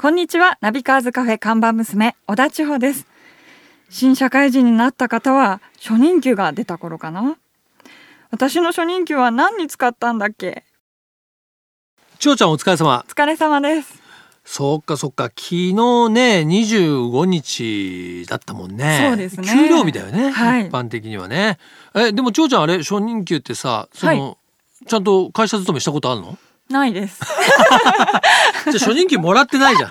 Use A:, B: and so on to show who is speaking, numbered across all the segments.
A: こんにちは、ナビカーズカフェ看板娘、小田千穂です。新社会人になった方は、初任給が出た頃かな私の初任給は何に使ったんだっけ
B: 千代ちゃんお疲れ様
A: お疲れ様です。
B: そっかそっか昨日ね25日だったもんね
A: そうですね
B: 給料日だよね、
A: はい
B: 一般的にはねえでも千代ちゃんあれ初任給ってさその、ちゃんと会社勤めしたことあるの
A: ない です。
B: じゃあ初任給もらってない じゃ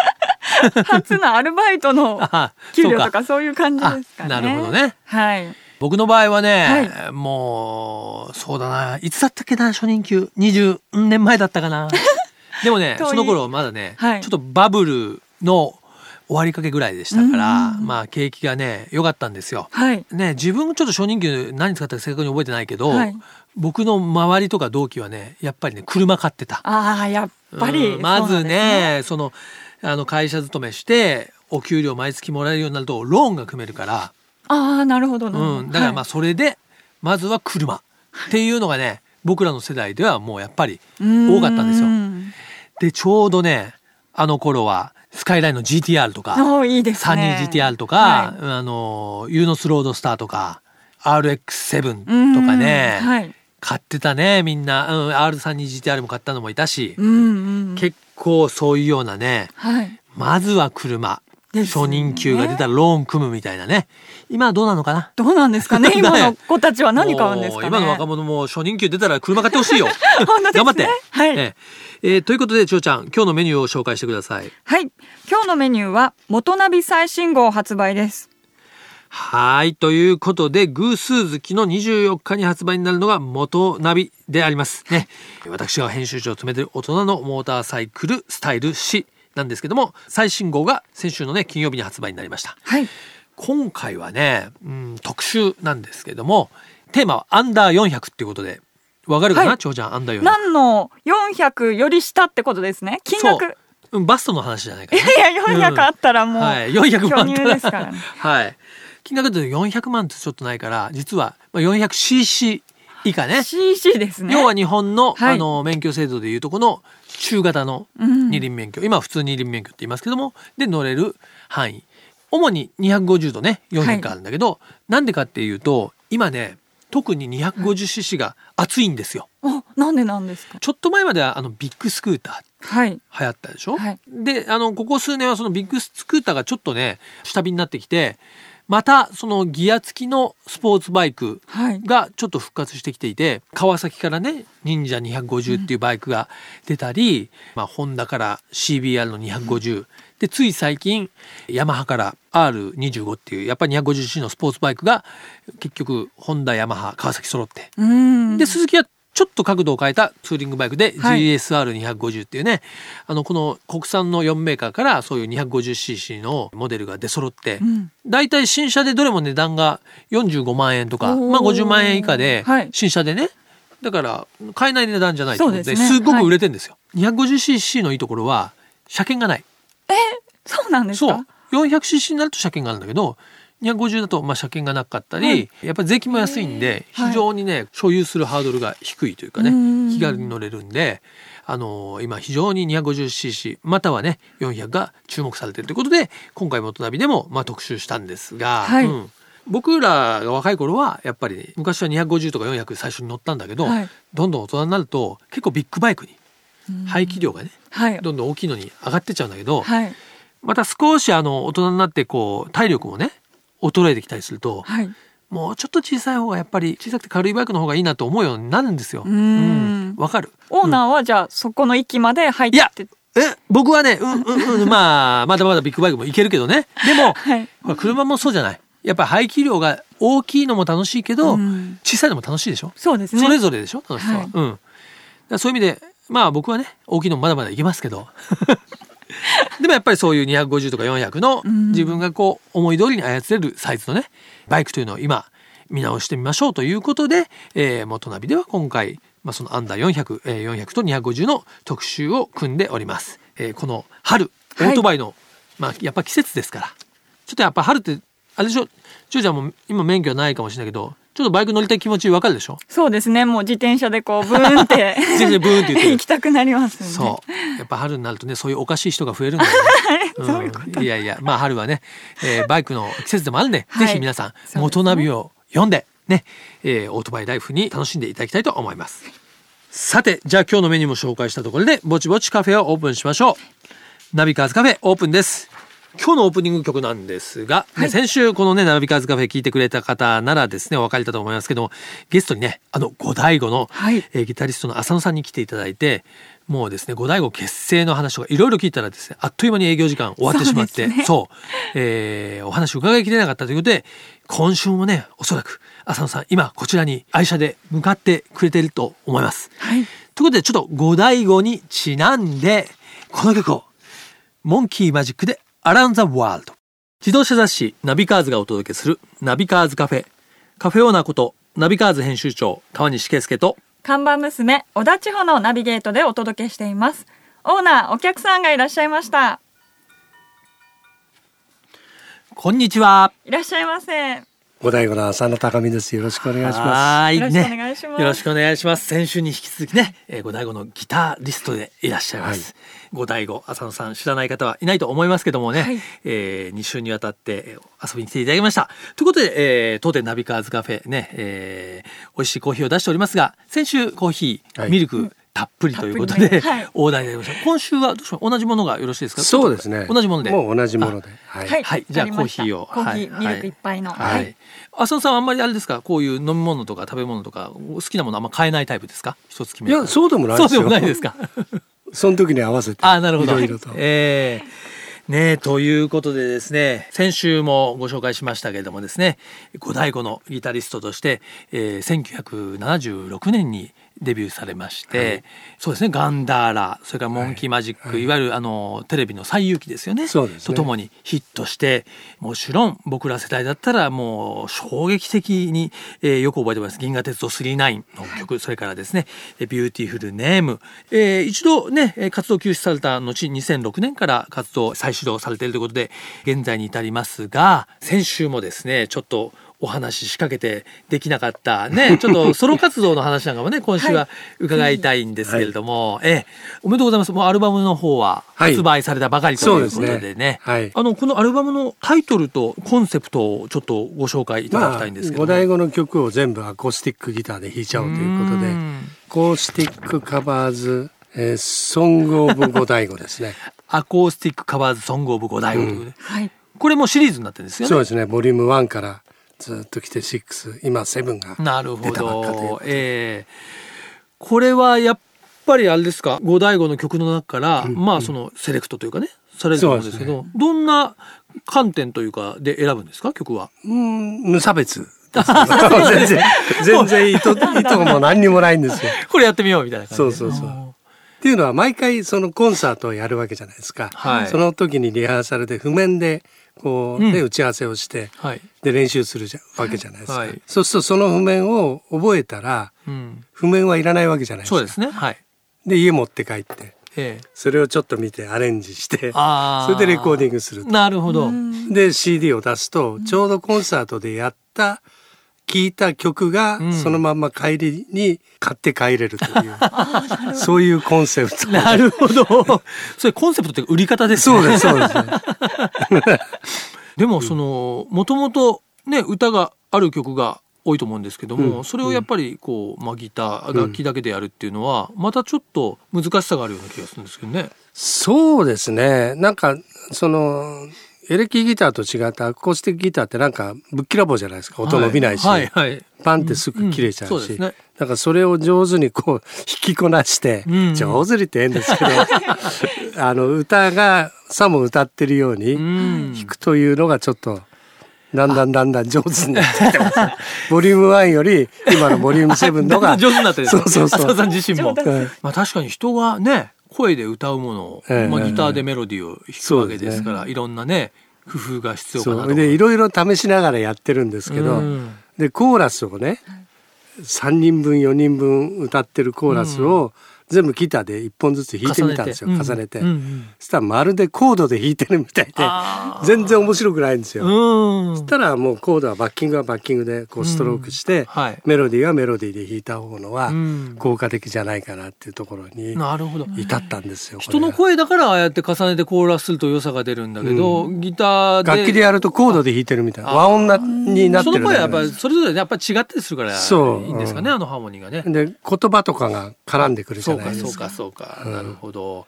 B: ん
A: 初のアルバイトの
B: あ
A: 給料
B: そう
A: とかそういう感じですか
B: あ
A: ね。
B: なるほど。ね
A: はい。
B: 僕の場合はね、もうそうだないつだったっけな初任給20年前だった かなでもね
A: 遠い
B: その頃まだね、
A: はい
B: ちょっとバブルの終わりかけぐらいでしたから、
A: うん
B: まあ景気がね良かったんですよ。
A: はい。
B: ね自分ちょっと初任給何使ったか正確に覚えてないけど、
A: はい
B: 僕の周りとか同期はねやっぱりね車買ってた。
A: ああ、やっぱり、
B: うんま
A: そうな
B: ず
A: んです
B: ねそのあの会社勤めしてお給料毎月もらえるようになるとローンが組めるから。
A: ああ、なるほどなるほど。
B: うん、だから
A: は
B: まあ
A: い
B: それでまずは車っていうのがね僕らの世代ではもうやっぱり多かったんですよ
A: う。ん
B: でちょうどねあの頃はスカイラインの GTR とか
A: おーいいですね。
B: サニー GTR と
A: はい
B: か、あのユーノスロードスターとか RX7 と
A: うん
B: かね、
A: はい。
B: 買ってたねみんな、うん、R32GTR も買ったのもいたし、
A: うんうん。
B: 結構そういうようなね
A: はい。
B: まずは車、
A: ですね
B: 初任給が出たらローン組むみたいなね今はどうなのかな
A: どうなんですかね
B: ね
A: 今の子たちは何買うんですかね
B: もう今の若者も初任給出たら車買ってほしいよ。
A: 本当ですね
B: 頑張って。
A: はい
B: えええーということで、千代ちゃん、今日のメニューを紹介してください。
A: はい。今日のメニューは、元ナビ最新号発売です。
B: はい。ということで、偶数月の24日に発売になるのが元ナビであります。ね。私が編集長を務めている大人のモーターサイクルスタイル誌なんですけども、最新号が先週のね、金曜日に発売になりました。
A: はい。
B: 今回はね、うん、特集なんですけども、テーマはアンダー400っていうことで、わかるかな、
A: はい
B: 千代ちゃん、アンダー400。
A: 何の400より下ってことですね。金
B: そう
A: 額。
B: うんバストの話じゃないか
A: い
B: な。
A: やいや、400あったらもう、
B: はい、400
A: 巨
B: 万
A: 乳ですからね
B: はい。金額で言うと400万ってちょっとないから、実はまあ 400cc 以下ね。
A: CC ですね。
B: 要は日本の、
A: はい
B: あの免許制度でいうとこの中型の
A: うん
B: 二輪免許、今は普通二輪免許って言いますけどもで乗れる範囲主に250度ね400
A: はい
B: あるんだけど、なんでかっていうと今ね特に 250cc が熱いんですよ。
A: あ、なんでなんですか
B: ちょっと前まではあのビッグスクーターっ
A: はい。
B: 流行ったでしょ、
A: はい
B: であのここ数年はそのビッグスクーターがちょっとね下火になってきてまたそのギア付きのスポーツバイク
A: はい。
B: がちょっと復活してきていて川崎からね忍者250っていうバイクが出たり、まあ、ホンダから CBR の250、でつい最近ヤマハから R25 っていうやっぱり 250cc のスポーツバイクが結局ホンダヤマハ川崎揃って
A: うん。
B: で鈴木はちょっと角度を変えたツーリングバイクで
A: はい
B: GSR250 っていうね、あのこの国産の4メーカーからそういう 250cc のモデルが出揃って、
A: うん
B: だいたい新車でどれも値段が45万円とか、
A: おー
B: まあ、50万円以下で
A: はい
B: 新車でね、だから買えない値段じゃないってことで
A: そ
B: す
A: うですね
B: ごく売れてんですよ。250cc のいいところは車検がない。
A: そうなんです
B: そ
A: か
B: う 400cc になると車検があるんだけど250だとまあ車検がなかったり、
A: はい
B: やっぱり税金も安いんで
A: へー
B: 非常にね、所有するハードルが低いというかね
A: うん
B: 気軽に乗れるんで、あのー今非常に 250cc またはね400が注目されてるということで今回「元ナビ」でもまあ特集したんですが、
A: はい
B: うん僕らが若い頃はやっぱり昔は250とか400最初に乗ったんだけど、
A: はい
B: どんどん大人になると結構ビッグバイクに
A: うん
B: 排気量がね
A: はい。
B: どんどん大きいのに上がってっちゃうんだけど、
A: はい。
B: また少しあの大人になってこう体力もね衰えてきたりすると
A: はい。
B: もうちょっと小さい方がやっぱり小さくて軽いバイクの方がいいなと思うようになるんですよ。
A: うーん
B: うわかる。
A: オーナーはじゃあ、そこの域まで入って
B: いや
A: って。
B: え僕はねうんうんうんまあ まだまだビッグバイクもいけるけどねでも、
A: はい。
B: ほら車もそうじゃないやっぱ排気量が大きいのも楽しいけど、
A: うん
B: 小さいのも楽しいでしょ
A: そうですね。
B: それぞれでしょ楽しさは、
A: はい
B: うんだからそういう意味でまあ僕はね大きいのもまだまだいけますけど でもやっぱりそういう250とか400の
A: うん
B: 自分がこう思い通りに操れるサイズのねバイクというのを今見直してみましょうということで、えー、元ナビでは今回、まあ、そのアンダー400400、えー400と250の特集を組んでおります、えーこの春オ
A: はい
B: ートバイの、まあやっぱ季節ですからちょっとやっぱ春ってあれでしょジョーちゃんも今免許ないかもしれないけどちょっとバイク乗りたい気持ちわかるでしょ
A: そうですねもう自転車でこうブーンって
B: 自転車でブーンって言ってる
A: 行きたくなりますよね
B: そうやっぱ春になるとねそういうおかしい人が増えるんだよ ね
A: はいそういうこと
B: ん、いやいやまあ春はね、えーバイクの季節でもあるんで、
A: はい
B: ぜひ皆さん、
A: すね
B: 元ナビを読んでね、えーオートバイライフに楽しんでいただきたいと思いますさてじゃあ今日のメニューも紹介したところでぼちぼちカフェをオープンしましょうナビカーズカフェオープンです今日のオープニング曲なんですが、ね先週このね、ナビカーズカフェ聞いてくれた方ならですね、お分かりだと思いますけども、ゲストにね、あの、五大悟の、
A: はい
B: えーギタリストの浅野さんに来ていただいて、もうですね、五大悟結成の話とかいろいろ聞いたらですね、あっという間に営業時間終わってしまって、そ,、
A: そううですね
B: えーお話伺いきれなかったということで、今週もね、おそらく浅野さん、今こちらに愛車で向かってくれてると思います。
A: はい
B: ということでちょっと五大五にちなんでこの曲をモンキーマジックで「アラン・ザ・ワールド」自動車雑誌「ナビカーズ」がお届けする「ナビカーズカフェ」カフェオーナーことナビカーズ編集長川西圭介と
A: 看板娘小田千穂のナビゲートでお届けしていますオーナーお客さんがいらっしゃいました
B: こんにちはい
A: らっしゃいませ
C: 五代五の浅野高見です。よろしくお願いしま
B: はー
A: よろしくお願いします
B: ね、よろしくお願いします先週に引き続きねえー五大五のギタリストでいらっしゃいます、五大五浅野さん知らない方はいないと思いますけどもね、
A: はい
B: え2週にわたってえー遊びに来ていただきましたということで、えー当店ナビカーズカフェね、えー美味しいコーヒーを出しておりますが先週コーヒー、
C: はい
B: ミルクたっぷりということ
A: たっぷ
B: で、
A: りねはい
B: オーダーになりました今週はどうしよう同じものがよろしいですか
C: す。そうですね。
B: 同じもので
C: もう同じもので。はい。
A: はい、
B: はいじゃあ
A: わかりました
B: コーヒーを
A: コーヒー、
B: はい
A: ミルクいっぱいの
B: は
A: はいい、
B: 浅野さんはあんまりあれですかこういう飲み物とか食べ物とかお好きなものあんま買えないタイプですか一つ決め
C: い
B: て
C: や、そうでもない
B: そ
C: で
B: う
C: す
B: で
C: よ。
B: もない ですか
C: その時に合わせて。
B: あーなるほど
C: いろいろと。
B: えーねえということでですね先週もご紹介しましたけれどもですね五代五のギタリストとして、えー、1976年にデビューされまして、そうですねガンダーラそれからモンキーマジック、
C: はい
B: い、わゆるあのテレビの最有機ですよね
C: そうですね
B: とともにヒットしてもちろん僕ら世代だったらもう衝撃的に、えーよく覚えてます「銀河鉄道999」の曲それからですね「ビューティフルネーム」えー一度ねえー活動休止された後2006年から活動再始動されているということで現在に至りますが先週もですねちょっとお話し仕掛けてできなかった ねちょっとソロ活動の話なんかもね今週は伺いたいんですけれども、えーおめでとうございますもうアルバムの方は
C: はい
B: 発売されたばかりということでね,、
C: そうですねはい
B: あのこのアルバムのタイトルとコンセプトをちょっとご紹介いただきたいんですけども、
C: 五代五の曲を全部アコースティックギターで弾いちゃおうということで
B: う。ん
C: アコースティックカバーズ、えー、ソングオブ五代五ですね。
B: アコースティックカバーズソングオブ五代五ということで、
A: はい、
B: これもシリーズになってるん ですよね
C: そうですね。ボリューム1からずっと来て6、今7が
B: なるほ
C: 出たばっかという
B: ど。ええこれはやっぱりあれですか、五大五の曲の中から、まあそのセレクトというかね、されると思うんですけど、
C: そう
B: どんな観点というかで選ぶんですか、曲 は。
C: うん、無差別 ですね。全然、全然意図、意図も何にもないんですよ。
B: これやってみようみたいな感じで。
C: そうそうそう
B: あー
C: っていうのは毎回そのコンサートをやるわけじゃないですか、
B: はい
C: その時にリハーサルで譜面でこう、
B: うん
C: ね打ち合わせをして
B: はい。
C: で練習するじゃわけじゃないですか、
B: はい
C: そうするとその譜面を覚えたら
B: うん。
C: 譜面はいらないわけじゃないですか
B: そうですね。はい。
C: で家持って帰って
B: ええ
C: それをちょっと見てアレンジして
B: あ
C: それでレコーディン
B: グ
C: グする
B: なるほど。
A: うん
C: で CD を出すとちょうどコンサートでやった聴いた曲が
B: うん
C: そのまんま帰りに買って帰れるという、 そういうコンセプト
B: なるほど。それコンセプトっていうか売り方ですね。
C: そうですそうですね
B: でもそのもともとね歌がある曲が多いと思うんですけども、
C: うん
B: それをやっぱりこう、まあ、ギター
C: ん
B: 楽器だけでやるっていうのはまたちょっと難しさがあるような気がするんですけどね。
C: そうですね。なんか、その、エレキギターと違ってアコースティックギターってなんかぶっきらぼうじゃないですか。音伸びないし、
B: はいはいはい
C: パンってすぐ切れちゃ
B: うん
C: う
B: そうで
C: し。
B: すね
C: だからそれを上手にこう引きこなして、
B: うん
C: 上手にって変ですけど、あの歌がさも歌ってるよう
B: う
C: に
B: ん
C: 弾くというのがちょっと、だんだんだんだん上手になってきてます。ボリューム1より今のボリューム7のが、
B: 上手になってるんですね
C: そうそうそう
B: 浅田さん自身も
A: 上手。
C: はい
B: まあ、確かに人がね声で歌うものを、
C: ええ
B: まあ、
C: ええ
B: ギターでメロディーを弾くわけですからいろんなね工夫が必要かな
C: そ
B: と。
C: うでいろいろ試しながらやってるんですけ
B: う
C: ど、
B: ん
C: でコーラスをね3人分4人分歌ってるコーラスを全部ギターで一本ずつ弾いてみたんですよ重ねて
B: うんうん
C: そしたらまるでコードで弾いてるみたいで
B: あー
C: 全然面白くないんですよ、
B: うん
C: そしたらもうコードはバッキングはバッキングでこうストロークして、
B: はい
C: メロディーはメロディーで弾いた方のは
B: うん
C: 効果的じゃないかなっていうところに
B: なるほど
C: 至ったんですよ。これ
B: 人
C: が
B: の声だからああやって重ねてコーラスすると良さが出るんだけど、ギターで
C: 楽器でやるとコードで弾いてるみたいな和音なになって
B: そ
C: る
B: の声はやっ
C: だ
B: ぱ
C: け
B: りそれぞれやっぱり違ったりするから
C: そう
B: いいんですかね、あのハーモニーがね。
C: でで言葉とかが絡んでくるじ
B: そ
C: ゃ
B: う
C: ない
B: か
C: です
B: そう
C: か。
B: かそうか、
C: うん
B: なるほど。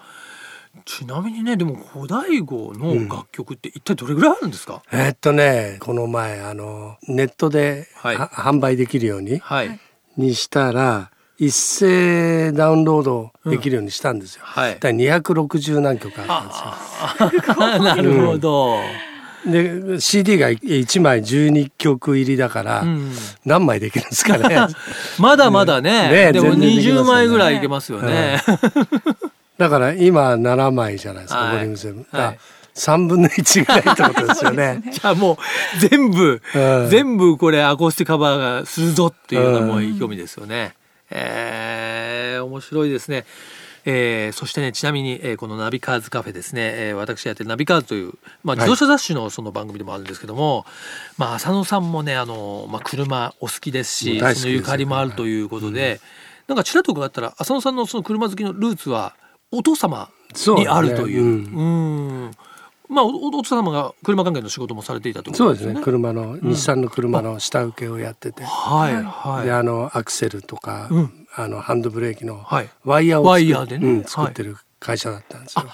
B: ちなみにねでも古代語の楽曲って一体どれぐらいあるんですか、
C: えーっとねこの前あのネットで、
B: はい
C: は販売できるように
B: はい
C: にしたら一斉ダウンロードできるようにしたんですよ。
B: はい
C: だ。から260何曲あったんですよ。
B: あ あなるほど。
C: で CD が1枚12曲入りだから、
B: うん
C: 何枚できるんです かね
B: まだまだね
C: ねね
B: でも
C: 全然できますよね
B: 20枚ぐらいいけますよね。
C: だから今7枚じゃないですか、
B: はい
C: ボリューム全部、
B: はい
C: 3分の1ぐらいってことです よね
B: じゃあもう全部、
C: うん
B: 全部これアコースティックカバーがするぞっていうのもう意気込みですよね。えー面白いですね。えーそしてねちなみに、えーこのナビカーズカフェですね、えー私がやってるナビカーズという、まあ、
C: は
B: 自
C: い
B: 動車雑誌のその番組でもあるんですけども、まあ、浅野さんもねあの、まあ、車お好きです
C: も
B: し
C: う大好きです
B: そのゆかりもあるということで、なんかちらっと伺ったら浅野さんのその車好きのルーツはお父様にあるという。
C: そうですね
B: うんまあ、おお父様が車関係の仕事もされていたというこ
C: そう
B: とで
C: で
B: すすよ
C: ね
B: ね。
C: 車の、日産の車の下請けをやってて、
B: はい
C: で
B: は
C: あのアクセルとか、
B: うん
C: あのハンドブレーキの
B: はい
C: ワイヤーを作,、
B: ワイヤーでね
C: うん、作ってる会社だったんですよ、
B: い。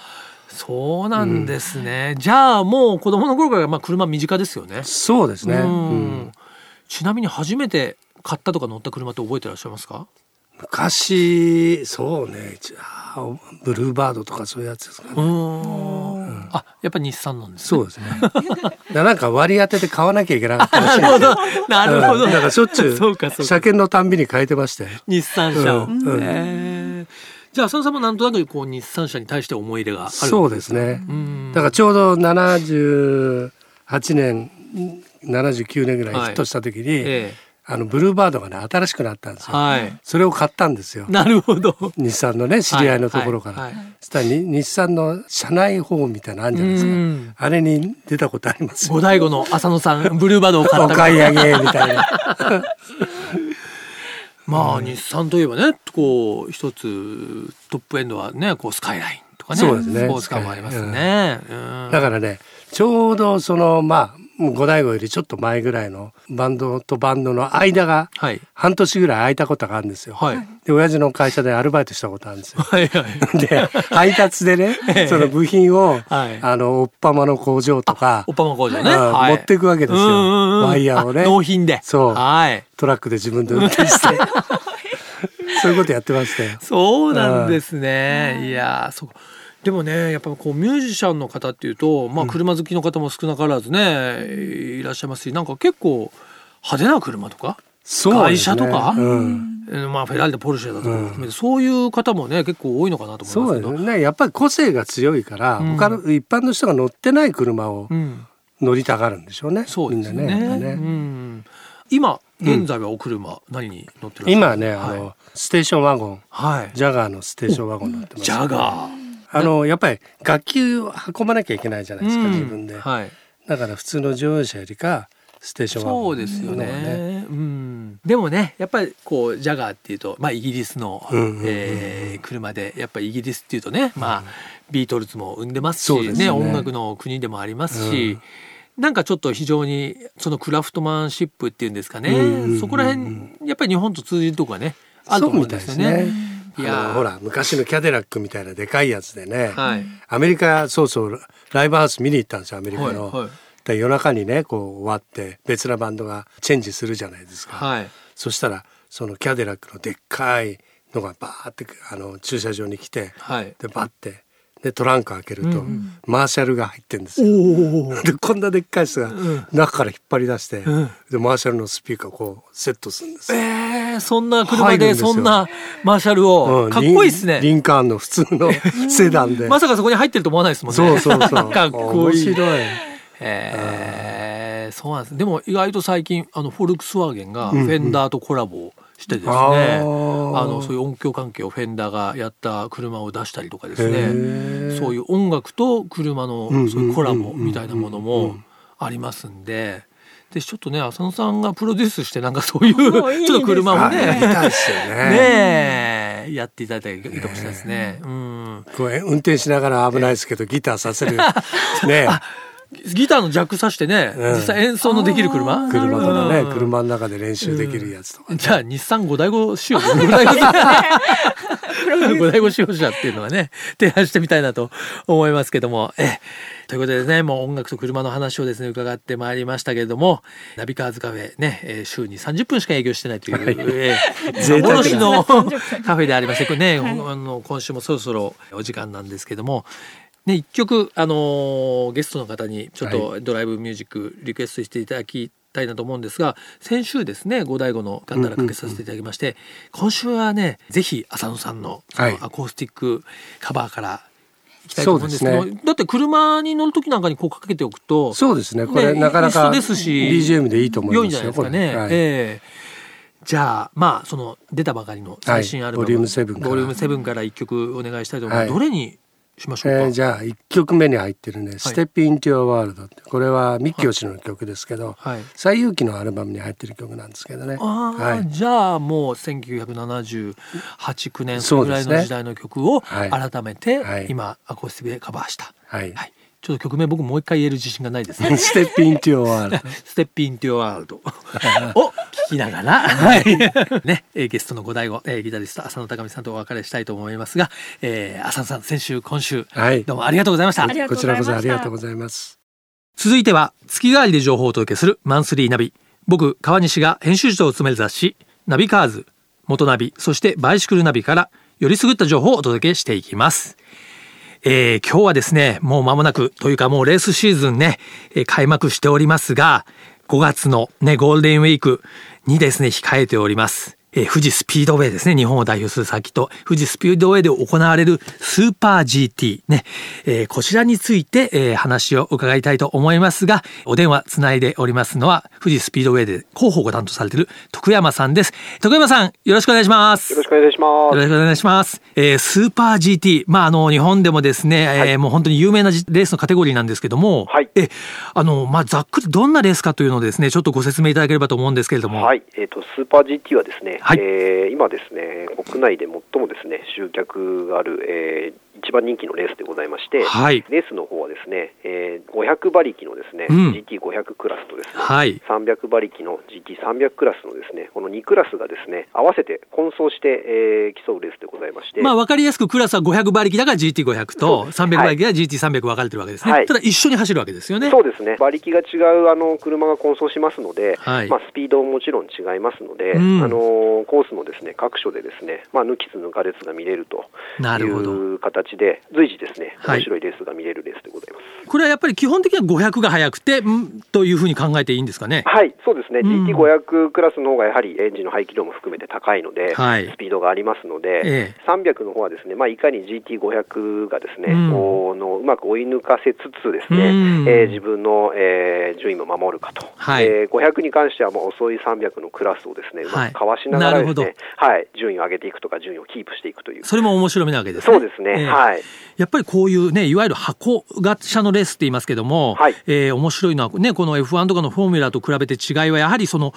B: そうなんですね。じゃあもう子供の頃からまあ車身近ですよね。
C: そうですね、
B: う
C: うん
B: んちなみに初めて買ったとか乗った車って覚えてらっしゃいますか？
C: 昔そうねじゃあブルーバードとかそういうやつですかね、
B: うーん。あ、やっぱり日産なんですね。
C: そ うですねだからなんか割り当てで買わなきゃいけなかったらしいんですよ
B: なるほど。
C: うんなんかしょっちゅ
B: そうかそう
C: う
B: か。
C: 車検のたんびに変えてましたよ。
B: 日産車を。
C: うんうん
B: えーじゃあ浅野さんもなんとなくこう日産車に対して思い入れがある。
C: そうですね。
B: うん。
C: だからちょうど78年、79年ぐらいヒットした時に、
B: ええ
C: あのブルーバードがね新しくなったんですよ。
B: はい。
C: それを買ったんですよ。
B: なるほど。
C: 日産のね知り合いのところから。
B: はいはいはい
C: そしたらに日産の社内法みたいなのあるんじゃないですか。
B: うん
C: あれに出たことありますよ。
B: 五醍醐の浅野さん、ブルーバードを買
C: お
B: った
C: 買い上げみたいな。
B: まあ、日産といえばね、こう、一つトップエンドはね、こう、スカイラインとかね、
C: そうですね
B: スポーツカーもありますね。うん
C: だからねちょうどそのまあもう五大悟よりちょっと前ぐらいのバンドとバンドの間が
B: はい。
C: 半年ぐらい空いたことがあるんですよ。
B: はい。
C: で親父の会社でアルバイトしたことあるんで すよ。
B: はい はい。
C: で配達でねその部品を、
B: はい
C: あのおっぱまの工場とか
B: おっぱま工場ね。
C: うん
B: はい
C: 持っていくわけですよ
B: うんうんうん
C: ワイヤーをね
B: あ納品で。
C: そう
B: はい。
C: トラックで自分で運転して そういうことやってましたよ。
B: そうなんですね。いやー、そう。でもね、やっぱこうミュージシャンの方っていうと、まあ車好きの方も少なからずね、いらっしゃいますし、なんか結構派手な車とか、
C: そうです
B: 会社
C: ね
B: とか
C: うん、
B: えーまあフェラーリでポルシェだとかも含めて、そういう方もね、結構多いのかなと思い
C: そ
B: ま
C: う
B: す
C: で
B: けど。
C: すねやっぱり個性が強いから、
B: ん
C: 他の一般の人が乗ってない車を
B: うん、
C: 乗りたがるんでしょうね、
B: そう
C: み
B: で
C: んな
B: す
C: ね
B: ね。
C: やっぱね
B: うん、今現在はお車、何に乗ってるんですか。
C: 今ねあの、
B: はい
C: ステーションワゴン
B: はい。
C: ジャガーのステーションワゴン乗ってます
B: ジャガー
C: あのやっぱり楽器を運ばなきゃいけないじゃないですか、
B: うん
C: 自分で、
B: はい。
C: だから普通の乗用車よりかステーションワゴ
B: そ
C: ン
B: うですよ
C: の方が
B: ね。うん。でもね、やっぱりこうジャガーっていうと、まあイギリスの、
C: うんうんうん
B: えー車で、やっぱイギリスっていうとね、まあビートルズも生んでますし
C: そうです
B: ね、
C: ね
B: 音楽の国でもありますし。なんかちょっと非常にそのクラフトマンシップっていうんですかね、
C: うんうんうん
B: そこら辺やっぱり日本と通じるとこがねあると思うんですよ
C: そうみたい
B: ね
C: です。
B: い
C: あ
B: や
C: の
B: ー
C: ほら昔のキャデラックみたいなでかいやつでね、
B: はい
C: アメリカそうそうライブハウス見に行ったんですよアメリカの、
B: はいはい
C: で夜中にねこう終わって別なバンドがチェンジするじゃないですか、
B: はい
C: そしたらそのキャデラックのでっかいのがバーってあの駐車場に来て、
B: はい
C: でバッてでトランク開けると、
B: うんう
C: マーシャルが入ってるんですよ。でこんなでっかい人が
B: ん
C: 中から引っ張り出して、
B: ん
C: でマーシャルのスピーカーをこうセットするんですよ。
B: えー、そんな
C: 入
B: 車
C: るん
B: で
C: ですよ
B: そんなマーシャル
C: う
B: を
C: ん
B: かっこいいですね
C: リンリンカーンの普通のセダンで。
B: まさかそこに入ってると思わないですもんね
C: そうそう そ う。
B: かっこいい
C: 面白い。
B: えーそうなんですでも意外と最近あのフォルクスワーゲンがフェンダーとコラボをしてですね
C: あ
B: あ
C: ー
B: のそういう音響関係をフェンダーがやった車を出したりとかです
C: へ
B: ね
C: ー
B: そういう音楽と車の
C: うん
B: そういうコラボみたいなもの
C: うんうんう
B: も
C: ん
B: ありますんで。でちょっとね浅野さんがプロデュースしてなんかそういう
A: もういいです
B: ちょっと車を
C: あやり
B: ね
C: たいですよね。
B: ねえやっていただいたらいいかもしれないですね。うん
C: これ運転しながら危ないですけどギターさせるね
B: ギターのジャックさしてね、
C: うん
B: 実際演奏のできる車
A: あーなる
C: 車
A: ほ
C: と
A: ど
C: か
B: う
C: ね
B: ん
C: 車の中で練習できるやつとか、
B: じゃあ日産五台五 仕様五台五五台五仕様車っていうのはね提案してみたいなと思いますけどもえということでねもう音楽と車の話をですね伺ってまいりましたけれどもナビカーズカフェねえー週に30分しか営業してないという、えー
C: 贅沢な
B: 幻の
A: 30分
B: カフェでありましてこれね、
A: はい
B: あの今週もそろそろお時間なんですけども。ね、一曲、あのーゲストの方にちょっとドライブミュージックリクエストしていただきたいなと思うんですが先週ですね五大五のガンダラかけさせていただきまして、今週はねぜひ浅野さんのそ
C: はい
B: のアコースティックカバーからいきたいと思うんですけど
C: そうです
B: だって車に乗る時なんかにこうかけておくと
C: そうですねこれ
B: ね
C: なかな
B: 一緒
C: か
B: ですし
C: BGM でいいと思い
B: 良い
C: ま
B: んじゃ
C: す
B: ない
C: よ
B: ですかね。
C: これはい
B: ええじゃあまあその出たばかりの最新アルバム、
C: はいボリューム7から
B: ボリューム7から一曲お願いしたいと思います、
C: は
B: ど
C: い
B: れにしましょうか、
C: えーじゃあ1曲目に入ってるね「Step into Your World」ってこれはミッキー吉野の曲ですけど
B: はい
C: 西遊記のアルバムに入ってる曲なんですけどね、
B: ああ、
C: はい、
B: じゃあもう1978、9年
C: そ
B: ぐ
C: うで
B: らい
C: す
B: の
C: ね
B: 時代の曲を
C: はい
B: 改めて
C: はい
B: 今アコースティックでカバーした。
C: はい
B: はい。ちょっと曲名僕もう一回言える自信がないですね。
C: ステップインティオワールド。
B: ステップインティオワー ルドを聞きながら、はい、 ね、えーゲストの五代醐、えーギタリスト浅野高美さんとお別れしたいと思いますが、えー、浅野さん、先週、今週、
C: はい
B: どうもありがとうございました
A: あ。りがと
C: こ
A: うご
C: ち
A: ざいま
C: らこ
A: した
C: そありがとうございます。
B: 続いては月替わりで情報をお届けするマンスリーナビ僕川西が編集長を務める雑誌ナビカーズ元ナビそしてバイシクルナビからよりすぐった情報をお届けしていきますえー今日はですねもう間もなくというかもうレースシーズンね、えー開幕しておりますが5月のねゴールデンウィークにですね控えております、えー富士スピードウェイですね日本を代表するサーキット富士スピードウェイで行われるスーパー GT ね、えーこちらについて、えー話を伺いたいと思いますがお電話つないでおりますのは富士スピードウェイで広報を担当されている徳山さんです徳山さんよろしくお願いします
D: よろしくお願いしま
B: よ
D: す。
B: ろしくお願いします。えースーパー GT。まあ、あの、日本でもですね、えーもう本当に有名なじレースのカテゴリーなんですけども、
D: はい
B: え、あの、まあ、ざっくりどんなレースかというのをですね、ちょっとご説明いただければと思うんですけれども。
D: はい、えっ、とスーパー GT はですね、
B: はい
D: えー今ですね国内で最もですね集客がある、えー一番人気のレースでございまして、
B: はい
D: レースの方はですね、えー500馬力のですね、
B: うん
D: GT500 クラスとですね、
B: はい
D: 300馬力の GT300 クラスのですねこの2クラスがですね合わせて混走して、えー競うレースでございまして、
B: まあ、わかりやすくクラスは500馬力だから GT500 と、
D: そう
B: 300
D: です
B: 馬力が GT300 分かれてるわけですね。
D: はい
B: ただ一緒に走るわけですよね。
D: そうですね馬力が違うあの車が混走しますので、
B: はい
D: まあ、スピードももちろん違いますので、
B: うん
D: あのコースのですね各所でですね、まあ、抜きつ抜かれつが見れると
B: なるほど
D: いう形で、随時ですね
B: はい
D: 面白いレースが見れるレースでございます。
B: これはやっぱり基本的には500が速くて、んというふうに考えていいんですかね。
D: はい、そうですね、
B: うん
D: GT500 クラスの方がやはりエンジンの排気量も含めて高いので、
B: はい
D: スピードがありますので、
B: え
D: 300の方はですね、まあ、いかに GT500 がですね、
B: うん
D: こうのうまく追い抜かせつつですね、
B: うん
D: えー自分の、えー順位も守るかと、
B: はい
D: えー500に関してはもう遅い300のクラスをですね、うまくかわしながらです
B: はいな
D: ね、はい、順位を上げていくとか、順位をキープしていくという。
B: それも面白みなわけですね。
D: そうですね、
B: ええ
D: はい。
B: やっぱりこういうね、いわゆる箱型のレースって言いますけども、
D: はい
B: えー面白いのはね、この F1 とかのフォーミュラと比べて違いは、やはりその、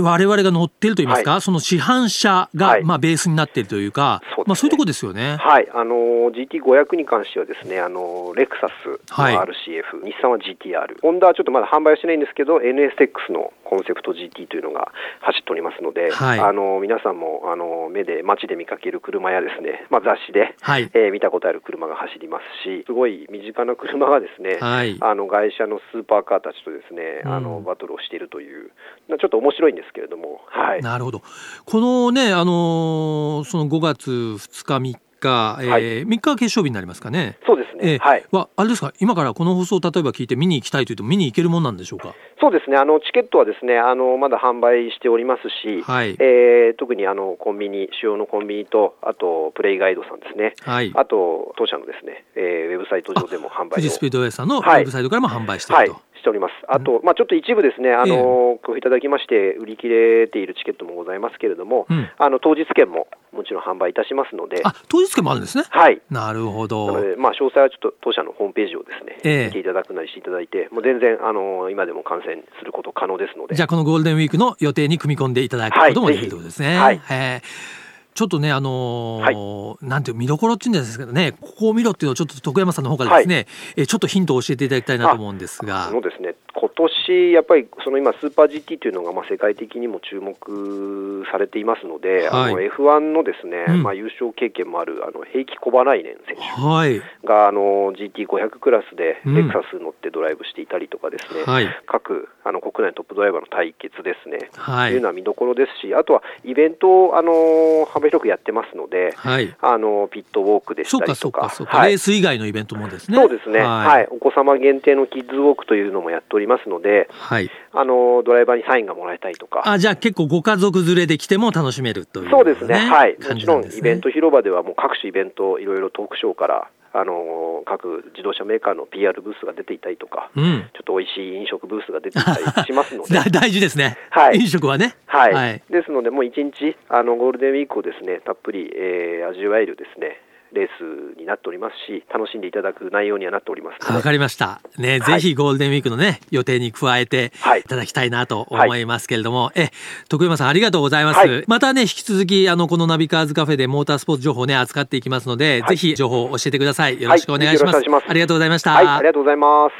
B: 我々が乗ってると言いますか、
D: は
B: その市販車が、
D: はい
B: まあベースになっているというか、
D: そうですね
B: まあそういうとこですよね。
D: はい、あの GT500 に関してはですね、あのレクサスの
B: はい
D: RCF、日産は GTR、ホンダはちょっとまだ販売はしてないんですけど、NSX のコンセプト GT というのが走っておりますので、
B: はい
D: あの皆さんもあの目で街で見かける車やですね、まあ雑誌で、
B: はい
D: えー見たことある車が走りますし、すごい身近な車がですね、
B: はい
D: あの外車のスーパーカーたちとですね、あ
B: う
D: の
B: ん
D: バトルをしているという、なちょっと面白いんですけれども、はい。
B: なるほど。このね、あのーその5月2日3日、えー
D: はい
B: 3日は決勝日になりますかね。
D: そうですね、
B: えー
D: はい、
B: はあれですか今からこの放送を例えば聞いて見に行きたいというと見に行けるもんなんでしょうか
D: そうですね、あのチケットはですねあのまだ販売しておりますし、
B: はい
D: えー特にあのコンビニ、主要のコンビニと、あとプレイガイドさんですね、
B: はい
D: あと当社のですね、えーウェブサイト上でも販売を
B: 富士スピードウェイさんのウ
D: はい
B: ェブサイトからも販売して
D: はいい
B: ると、
D: しております。あと、まあ、ちょっと一部ですね、あの、工夫いただきまして、売り切れているチケットもございますけれども、
B: うん
D: あの、当日券ももちろん販売いたしますので、
B: あ、当日券もあるんですね。
D: はい。
B: なるほ
D: なの
B: ど。
D: で、まあ、詳細はちょっと当社のホームページをですね、
B: ええ
D: 見ていただくなりしていただいて、もう全然、あの、今でも観戦すること可能ですので
B: じゃ、あこのゴールデンウィークの予定に組み込んでいただくことも
D: はい
B: できるということですね。
D: はい
B: えーちょっとね、あのーなんていう見どころっていうんですけどね、ここを見ろっていうのをちょっと徳山さんの方からですね、えーちょっとヒントを教えていただきたいなと思うんです
D: あ
B: が
D: の、ですね、今年やっぱりその今、スーパー GT というのがまあ世界的にも注目されていますので、
B: はい
D: あの F1 のですね、
B: うん
D: まあ、優勝経験もあるあの平木小バライネン選手
B: はい、
D: があの GT500 クラスで
B: うん
D: レクサス乗ってドライブしていたりとかですね、
B: はい、
D: 各あの国内トップドライバーの対決ですね。
B: は
D: という
B: い
D: の、は見どころですし、あとはイベントを、あの幅広くやってますので、
B: はい。
D: あのピットウォークでし
B: そう
D: たり
B: か、そ
D: と
B: うか、
D: か、
B: そうか、
D: はい
B: レース以外のイベントもですね。
D: そうですね、はい
B: はい、
D: お子様限定のキッズウォークというのもやっておりますので、
B: はい
D: あのドライバーにサインがもらえたりとか、
B: あ、じゃあ結構ご家族連れで来ても楽しめるという、
D: そうですね、はい、も
B: 感
D: ち
B: じな
D: ろ
B: ん
D: ん
B: ですね
D: イベント広場ではもう各種イベント、いろいろトークショーから、あの各自動車メーカーの PR ブースが出ていたりとか、
B: うん。
D: ちょっと美味しい飲食ブースが出ていたりしますので
B: だ。大事ですね。
D: はい
B: 飲食はね。
D: はい、
B: はい
D: ですので、もう一日、あのゴールデンウィークをですねたっぷり、えー味わえるですねレースになっておりますし、楽しんでいただく内容にはなっておりますの
B: わ
D: で、
B: かりました。ね、
D: はい
B: ぜひゴールデンウィークのね、予定に加えて
D: はい
B: いただきたいなと思いますけれども、え、徳山さんありがとうございます。
D: はい
B: またね、引き続き、あの、このナビカーズカフェでモータースポーツ情報をね、扱っていきますので、
D: は
B: ぜ
D: い
B: ひ情報を教えてください。よろしくお願いします。
D: はいよろしくお願いします
B: ありがとうございました。
D: はい、ありがとうございます。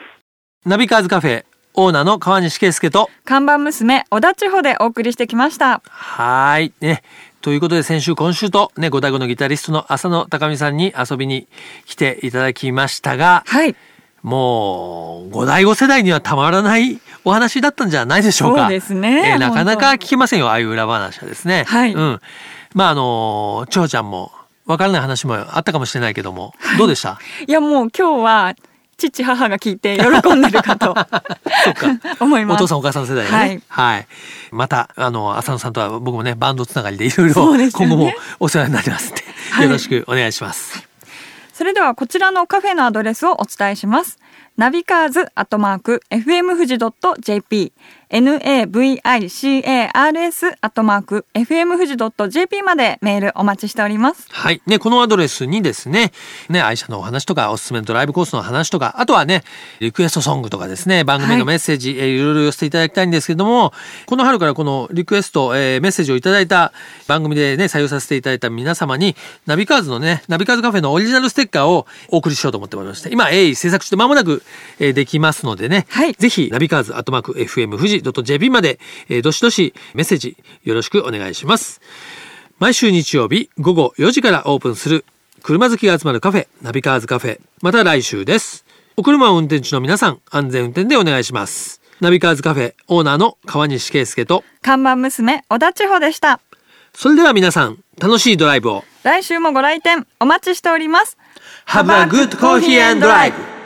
B: ナビカーズカフェ、オーナーの川西圭介と、
A: 看板娘小田千穂でお送りしてきました
B: はーい。ね。ということで先週、今週とね、ゴダゴのギタリストの浅野高見さんに遊びに来ていただきましたが、
A: はい
B: もう、五代五世代にはたまらないお話だったんじゃないでしょうか。
A: そうですね
B: えーなかなか
A: 本
B: 聞けませんよ、ああいう裏話はですね。
A: はい
B: うん。まあ、あの、千穂ちゃんも、わからない話もあったかもしれないけども、どうでした
A: いやもう今日は父母が聞いて喜んでるか と 思い
B: お
A: ます
B: 父さんお母さん世代ね。
A: は
B: はいい。また、あの、浅野さんとは僕もね、バンドつながりでいろいろ、
A: そうですよね
B: 今後もお世話になりますんで、
A: はい
B: よろしくお願いします。
A: それではこちらのカフェのアドレスをお伝えします。ナビカーズアットマーク FM 富士 .jp navicars アットマーク FM 富士 .jp までメールお待ちしております。
B: はい。ね、このアドレスにですね、ね、愛車のお話とか、おすすめのドライブコースの話とか、あとはね、リクエストソングとかですね、番組
A: はい
B: のメッセージ、えーいろいろ寄せていただきたいんですけども、この春からこのリクエスト、えーメッセージをいただいた番組でね、採用させていただいた皆様に、ナビカーズのね、ナビカーズカフェのオリジナルステッカーをお送りしようと思っておりまして、今、鋭意制作して間もなく、えーできますのでね、
A: はい
B: ぜひ、ナビカーズアットマーク FM 富士 .jp まで、えーどしどしメッセージよろしくお願いします。毎週日曜日午後4時からオープンする車好きが集まるカフェナビカーズカフェまた来週ですお車を運転中の皆さん安全運転でお願いしますナビカーズカフェオーナーの川西圭介と
A: 看板娘小田千穂でした。
B: それでは皆さん楽しいドライブを
A: 来週もご来店お待ちしております。
B: Have a good coffee and drive